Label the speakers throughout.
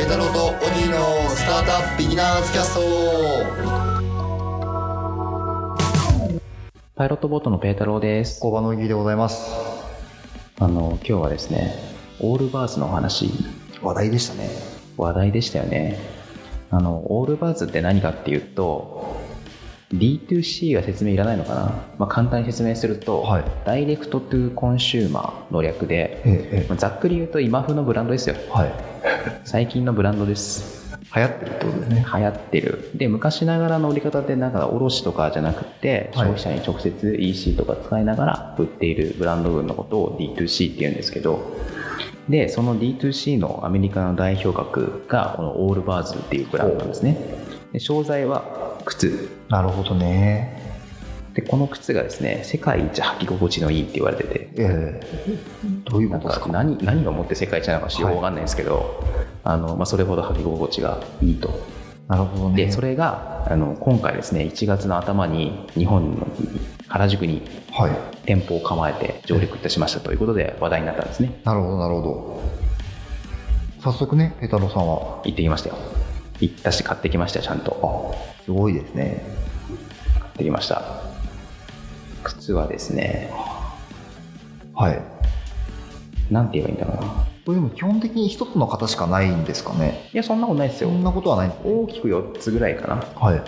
Speaker 1: イ太郎とオギーのスタートアップビギナーズキャスト
Speaker 2: パイロットボートのペータローです。
Speaker 1: 工場のオギーでございます
Speaker 2: あの、今日はですね、オールバーズのお話、
Speaker 1: 話題でしたね
Speaker 2: 話題でしたよね。あの、オールバーズって何かっていうと、D2C が説明いらないのかな、まあ、簡単に説明すると、
Speaker 1: はい
Speaker 2: ダイレクトトゥコンシューマーの略で、
Speaker 1: え
Speaker 2: ざっくり言うと今風のブランドですよ。
Speaker 1: えはい
Speaker 2: 最近のブランドです。
Speaker 1: 流行ってるってことだよね
Speaker 2: 流行ってるで昔ながらの売り方ってなんか卸とかじゃなくて
Speaker 1: はい
Speaker 2: 消費者に直接 EC とか使いながら売っているブランド群のことを D2C って言うんですけどでその D2C のアメリカの代表格がこのオールバーズっていうブランドなんですねで商材は靴
Speaker 1: なるほどね
Speaker 2: でこの靴がですね世界一履き心地のいいって言われてて
Speaker 1: ええどういう
Speaker 2: な
Speaker 1: こ
Speaker 2: ん
Speaker 1: とです
Speaker 2: か
Speaker 1: か
Speaker 2: 何何をもって世界一なのかしようわかんないんですけど、あのまあ、それほど履き心地がいいと
Speaker 1: なるほど
Speaker 2: でそれがあの今回ですね1月の頭に日本の原宿に
Speaker 1: はい
Speaker 2: 店舗を構えて上陸いたしましたということで話題になったんですね
Speaker 1: なるほどなるほど早速ねペータローさんは
Speaker 2: 行ってきましたよ行ったし買ってきましたよちゃんと
Speaker 1: すごいですね
Speaker 2: 買ってきました靴はですね
Speaker 1: はい
Speaker 2: なんて言えばいいんだろうな
Speaker 1: これでも基本的に一つの型しかないんですかね
Speaker 2: いやそんなことないです
Speaker 1: そ
Speaker 2: よ
Speaker 1: んなことはないんですね
Speaker 2: 大きく4つぐらいかな
Speaker 1: はい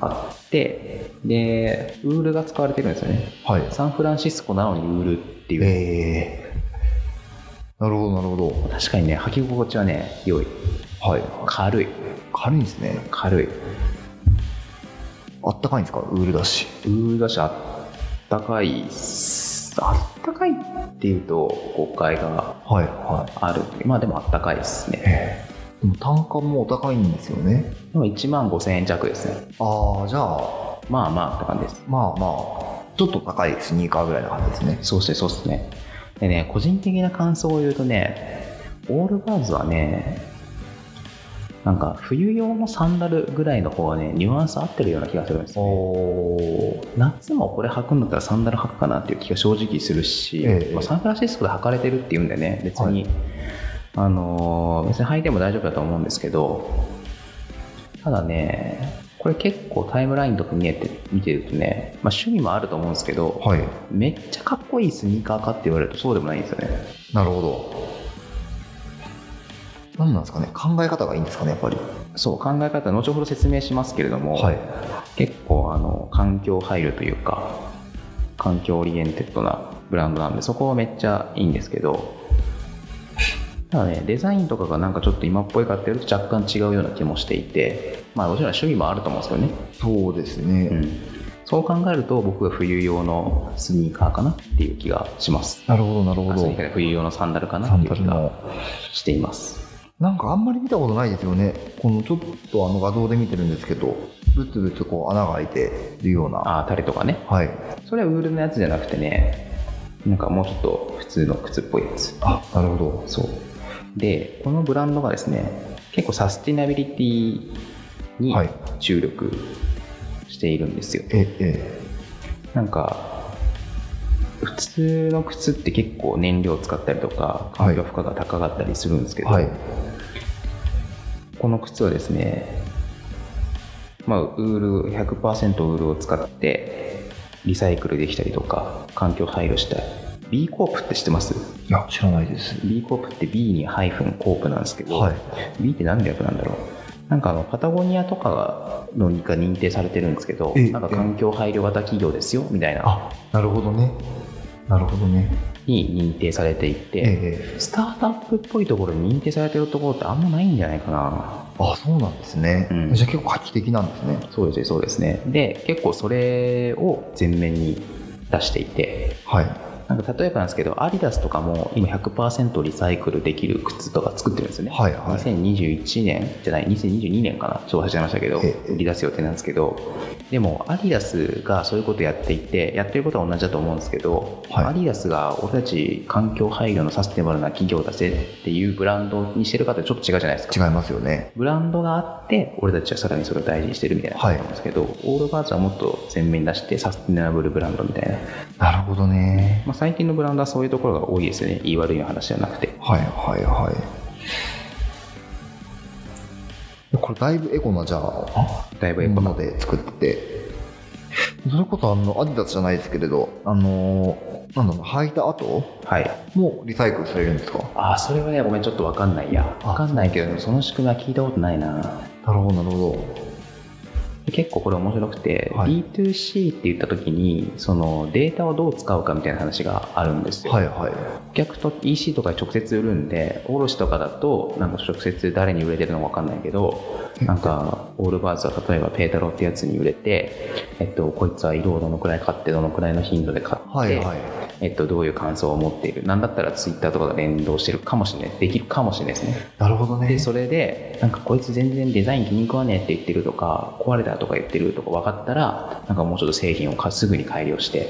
Speaker 2: あってでウールが使われてるんですよね
Speaker 1: はい
Speaker 2: サンフランシスコなのにウールっていう、
Speaker 1: ええなるほどなるほど
Speaker 2: 確かにね履き心地はね良い
Speaker 1: はい
Speaker 2: 軽い
Speaker 1: 軽いんですね
Speaker 2: 軽い
Speaker 1: あったかいんですかウールだし
Speaker 2: ウールだしあったかいっすあったかいっていうと誤解が
Speaker 1: はいは
Speaker 2: あるまあでもあったかいですね
Speaker 1: ええでも単価もお高いんですよね
Speaker 2: でも1万5000円弱ですね
Speaker 1: ああじゃあ
Speaker 2: まあまあって感じです
Speaker 1: まあまあちょっと高いスニーカーぐらいな感じですね
Speaker 2: そうですねそうですねでね個人的な感想を言うとねオールバーズはねなんか冬用のサンダルぐらいの方がねニュアンス合ってるような気がするんですよね
Speaker 1: お
Speaker 2: 夏もこれ履くんだったらサンダル履くかなっていう気が正直するし、
Speaker 1: ええ
Speaker 2: まあ、サンフランシスコで履かれてるっていうんでね別に、
Speaker 1: はい
Speaker 2: あのー別に履いても大丈夫だと思うんですけどただねこれ結構タイムラインとか見えて見てるとね、まあ、趣味もあると思うんですけど、
Speaker 1: はい
Speaker 2: めっちゃかっこいいスニーカーかって言われるとそうでもないんですよね
Speaker 1: なるほど何なんですかね考え方がいいんですかねやっぱり
Speaker 2: そう考え方後ほど説明しますけれども、
Speaker 1: はい
Speaker 2: 結構あの環境配慮というか環境オリエンテッドなブランドなんでそこはめっちゃいいんですけどただねデザインとかがなんかちょっと今っぽいかっていうと若干違うような気もしていてまあもちろん趣味もあると思うんですけどね、
Speaker 1: そうですね、
Speaker 2: うん、そう考えると僕が冬用のスニーカーかなっていう気がします
Speaker 1: なるほどなる
Speaker 2: あ
Speaker 1: ほ
Speaker 2: ス
Speaker 1: ど
Speaker 2: ニーカーで冬用のサンダルかな
Speaker 1: サ
Speaker 2: っ
Speaker 1: ン
Speaker 2: てい
Speaker 1: ダ
Speaker 2: う
Speaker 1: ル
Speaker 2: 気が
Speaker 1: の
Speaker 2: しています
Speaker 1: なんかあんまり見たことないですよねこのちょっとあの画像で見てるんですけどブツブツこう穴が開いてるような
Speaker 2: ああタレとかね
Speaker 1: はい
Speaker 2: それはウールのやつじゃなくてねなんかもうちょっと普通の靴っぽいやつ
Speaker 1: あなるほど
Speaker 2: そうでこのブランドがですね結構サスティナビリティに
Speaker 1: はい
Speaker 2: 注力しているんですよ、
Speaker 1: ええ
Speaker 2: なんか普通の靴って結構燃料使ったりとか
Speaker 1: はい
Speaker 2: 環境負荷が高かったりするんですけど、
Speaker 1: はい
Speaker 2: この靴はですね、まあ、ウール100%ウールを使ってリサイクルできたりとか環境配慮したい B コープって知ってます
Speaker 1: いや知らないです
Speaker 2: B コープって B にハイフンコープなんですけど、
Speaker 1: はい
Speaker 2: B って何の略なんだろうなんかあのパタゴニアとかのにか認定されてるんですけど
Speaker 1: ええ
Speaker 2: なんか環境配慮型企業ですよみたいな
Speaker 1: あなるほどねなるほどね
Speaker 2: に認定されていて、
Speaker 1: ええ
Speaker 2: スタートアップっぽいところに認定されてるところってあんまないんじゃないかな
Speaker 1: あそうなんですね、
Speaker 2: うん
Speaker 1: じゃあ結構画期的なんですね
Speaker 2: そうですねそうですねで結構それを前面に出していて
Speaker 1: はい
Speaker 2: なんか例えばなんですけどアリダスとかも今100%リサイクルできる靴とか作ってるんですよね
Speaker 1: はいはい
Speaker 2: 2021年じゃない2022年かなちょっと忘れちゃいましたけど
Speaker 1: ええ
Speaker 2: 売り出す予定なんですけどでもアディダスがそういうことやっていてやってることは同じだと思うんですけど、
Speaker 1: はい
Speaker 2: アディダスが俺たち環境配慮のサステナブルな企業だぜっていうブランドにしてるかってちょっと違うじゃないですか
Speaker 1: 違いますよね
Speaker 2: ブランドがあって俺たちはさらにそれを大事にしてるみたいな感じなんですけど、オールバーズはもっと前面に出してサステナブルブランドみたいな、
Speaker 1: なるほどね
Speaker 2: まあ、最近のブランドはそういうところが多いですよね言い悪いの話じゃなくて
Speaker 1: はいはいはいれだいぶエコなじゃあ
Speaker 2: だいぶエコ
Speaker 1: も
Speaker 2: な
Speaker 1: ので作っててそれこそあのアディダスじゃないですけれどあのーなんだろう履いた後
Speaker 2: はい
Speaker 1: もリサイクルされるんですか
Speaker 2: ああそれはねごめんちょっと分かんないや
Speaker 1: あ
Speaker 2: 分かんないけどその仕組みは聞いたことないな
Speaker 1: なるほどなるほ
Speaker 2: 結構これ面白くて、
Speaker 1: はい
Speaker 2: B2C って言った時にそのデータをどう使うかみたいな話があるんです
Speaker 1: ど
Speaker 2: よ、
Speaker 1: はいはい
Speaker 2: 顧客と EC とかに直接売るんで卸とかだとなんか直接誰に売れてるのか分かんないけどなんかオールバーズは例えばペータローってやつに売れて、えっと、こいつは色をどのくらい買ってどのくらいの頻度で買って、
Speaker 1: はいはい
Speaker 2: えっと、どういう感想を持っているなんだったらツイッターとかが連動してるかもしれないできるかもしれないですね
Speaker 1: なるほどね
Speaker 2: でそれでなんかこいつ全然デザイン気に食わねえって言ってるとか壊れたとか言ってるとか分かったらなんかもうちょっと製品をかすぐに改良して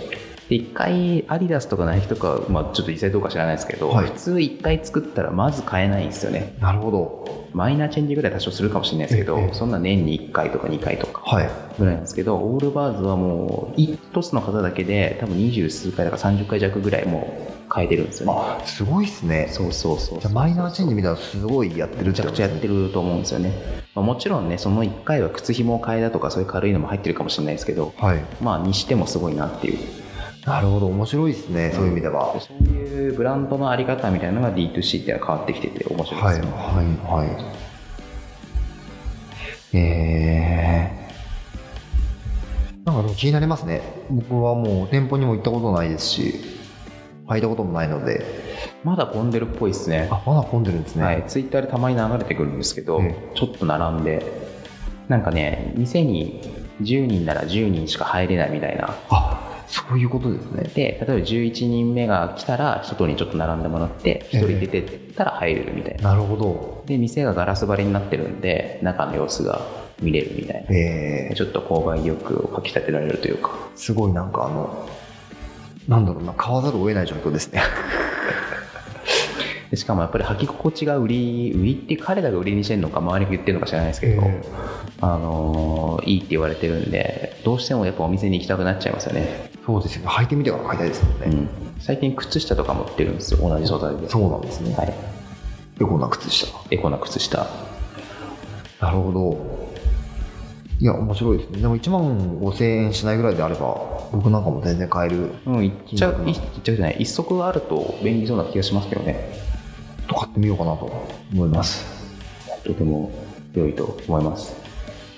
Speaker 2: で1回アディダスとかナイキとか、まあ、ちょっと実際どうか知らないですけど、
Speaker 1: はい
Speaker 2: 普通1回作ったらまず買えないんですよね
Speaker 1: なるほど
Speaker 2: マイナーチェンジぐらい多少するかもしれないですけど、
Speaker 1: ええ
Speaker 2: そんな年に1回とか2回とか
Speaker 1: はい
Speaker 2: ぐらいなんですけどオールバーズはもう1つの方だけで多分二十数回とか30回弱ぐらいもう変えてるんですよね
Speaker 1: あすごいっすね
Speaker 2: そうそうそう
Speaker 1: じゃあマイナーチェンジみたいなのすごいやってる
Speaker 2: めちゃくちゃやってると思うんですよね、まあ、もちろんねその1回は靴ひもを変えたとかそういう軽いのも入ってるかもしれないですけど
Speaker 1: はい
Speaker 2: まあにしてもすごいなっていう
Speaker 1: なるほど面白いですねそういう意味では、
Speaker 2: そういうブランドのあり方みたいなのが D2C っていうのは変わってきてて面白いで
Speaker 1: は
Speaker 2: す
Speaker 1: い
Speaker 2: よね、
Speaker 1: はいはいえー、なんかでも気になりますね僕はもう店舗にも行ったことないですし履いたこともないので
Speaker 2: まだ混んでるっぽいですね
Speaker 1: あまだ混んでるんですね、
Speaker 2: はい、ツイッターでたまに流れてくるんですけど、
Speaker 1: うん
Speaker 2: ちょっと並んでなんかね店に10人なら10人しか入れないみたいな
Speaker 1: あそういうことですね
Speaker 2: で例えば11人目が来たら外にちょっと並んでもらって1人出てったら入れるみたいな、
Speaker 1: なるほど
Speaker 2: で店がガラス張りになってるんで中の様子が見れるみたいな
Speaker 1: えー、
Speaker 2: ちょっと購買意欲をかきたてられるというか
Speaker 1: すごいなんかあのなんだろうな買わざるを得ない状況ですね
Speaker 2: でしかもやっぱり履き心地が売り売りって彼らが売りにしてるのか周りが言ってるのか知らないですけど、
Speaker 1: え
Speaker 2: あのーいいって言われてるんでどうしてもやっぱお店に行きたくなっちゃいますよね、
Speaker 1: そうですよね履いてみてから買いたいですもんね、
Speaker 2: うん、最近靴下とかも売ってるんですよ同じ素材で
Speaker 1: そうなんですね、
Speaker 2: はい、
Speaker 1: エコな靴下
Speaker 2: エコな靴下
Speaker 1: なるほど。いや、面白いですね。でも1万5000円しないぐらいであれば、僕なんかも全然買える
Speaker 2: うん行っちゃうい行っちゃうじゃない一足があると便利そうな気がしますけどね
Speaker 1: と買ってみようかなと思います。
Speaker 2: とても良いと思います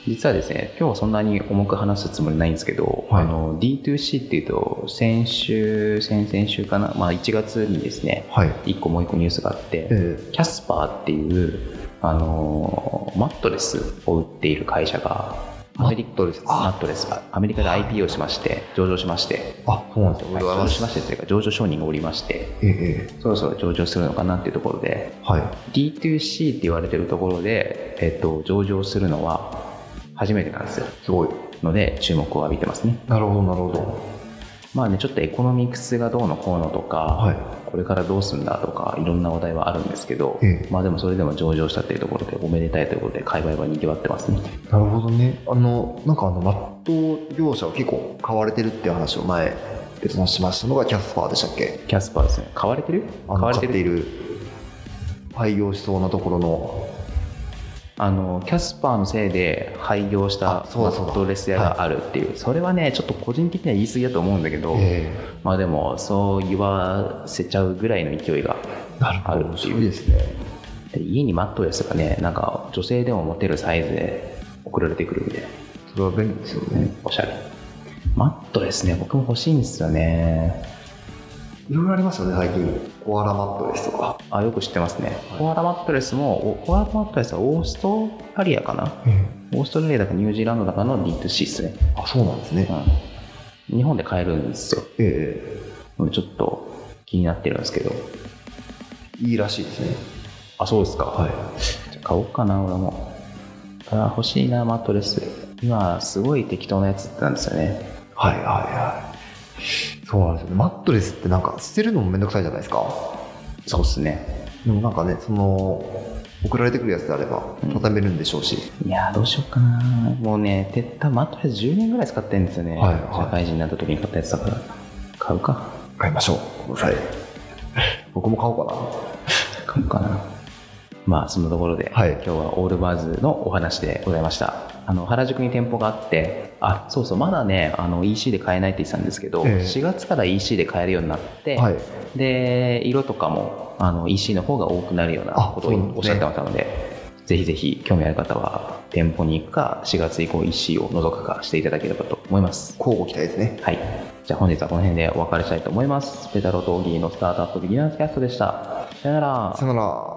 Speaker 2: 実はですね今日はそんなに重く話すつもりないんですけど、
Speaker 1: はい
Speaker 2: あの D2C っていうと先週先々週かな、まあ、1月にですね
Speaker 1: はい。
Speaker 2: 1個もう1個ニュースがあって、
Speaker 1: え
Speaker 2: キャスパーっていう、あのーマットレスを売っている会社がアメリカ
Speaker 1: マットレスあ
Speaker 2: マットレスがアメリカで IP をしまして上場しまして
Speaker 1: ー、あ、そうなんですよ。
Speaker 2: 上
Speaker 1: ありがとうご
Speaker 2: 場
Speaker 1: ざい
Speaker 2: しましてというか上場承認がおりまして
Speaker 1: えええ
Speaker 2: そろそろ上場するのかなっていうところで
Speaker 1: えはい。
Speaker 2: D2C って言われてるところで、えっと、上場するのは初めてなんですよ
Speaker 1: すごい。
Speaker 2: ので注目を浴びてますね
Speaker 1: なるほど、なるほど。
Speaker 2: まあねちょっとエコノミクスがどうのこうのとか、
Speaker 1: はい
Speaker 2: これからどうすんだとかいろんな話題はあるんですけど、
Speaker 1: ええ
Speaker 2: まあでもそれでも上場したっていうところでおめでたいということで界隈はにぎわってますね
Speaker 1: なるほどね。あの、なんかあの、マット業者を結構買われてるっていう話を前、別のしましたのがキャスパーでしたっけ
Speaker 2: キャスパーですね買われてる
Speaker 1: あ
Speaker 2: 買
Speaker 1: の
Speaker 2: われて
Speaker 1: 買っ
Speaker 2: る
Speaker 1: ている、廃業しそうなところの、
Speaker 2: あのキャスパーのせいで廃業した
Speaker 1: あそう
Speaker 2: マ
Speaker 1: だそうだ
Speaker 2: ットレス屋があるっていうそれはねちょっと個人的には言い過ぎだと思うんだけど、
Speaker 1: え
Speaker 2: まあでもそう言わせちゃうぐらいの勢いが
Speaker 1: えなるほ
Speaker 2: あ
Speaker 1: ど。
Speaker 2: る
Speaker 1: 面
Speaker 2: っていう
Speaker 1: 白いですね。
Speaker 2: で家にマットレスがねなんか女性でも持てるサイズで送られてくるみたいな
Speaker 1: それは便利ですよね。
Speaker 2: おしゃれマットレスね僕も欲しいんですよね
Speaker 1: いろいろありますよね、最近。コアラマットレスとか。
Speaker 2: あよく知ってますね、コアラマットレスもおコアラマットレスはオーストラリアかなオーストラリアだかニュージーランドだかの D2C ですね、
Speaker 1: あ、そうなんですね。
Speaker 2: うん、日本で買えるんですよ
Speaker 1: え
Speaker 2: うんちょっと気になってるんですけど
Speaker 1: えいいらしいですね。
Speaker 2: あそうですかはいじゃあ買おうかな俺もあ欲しいなマットレス今すごい適当なやつだったんですよね
Speaker 1: はいはいはい。そうなんですよね。マットレスってなんか捨てるのもめんどくさいじゃないですか。
Speaker 2: そうっすね
Speaker 1: でもなんかね、その、送られてくるやつであれば
Speaker 2: うん、
Speaker 1: 畳めるんでしょうし。
Speaker 2: いやーどうしようかなもうねてったマットレス10年ぐらい使ってるんですよね、
Speaker 1: はいはい
Speaker 2: 社会人になった時に買ったやつだから買うか
Speaker 1: 買いましょう。この際。僕も買おうか
Speaker 2: 買うかなまあそんなところで、
Speaker 1: はい
Speaker 2: 今日はオールバーズのお話でございましたあの原宿に店舗があってあそうそうまだねあの EC で買えないって言ってたんですけど、
Speaker 1: ええ
Speaker 2: 4月から EC で買えるようになって、
Speaker 1: はい
Speaker 2: で色とかもあの EC の方が多くなるような
Speaker 1: あ
Speaker 2: こと
Speaker 1: そうなん
Speaker 2: を
Speaker 1: ですね
Speaker 2: おっしゃってましたのでぜひぜひ興味ある方は店舗に行くか4月以降 EC を覗くかしていただければと思います
Speaker 1: 交互期待ですね
Speaker 2: はいじゃあ本日はこの辺でお別れしたいと思いますペタロとオギーのスタートアップビギナーズキャストでしたさよなら
Speaker 1: さよなら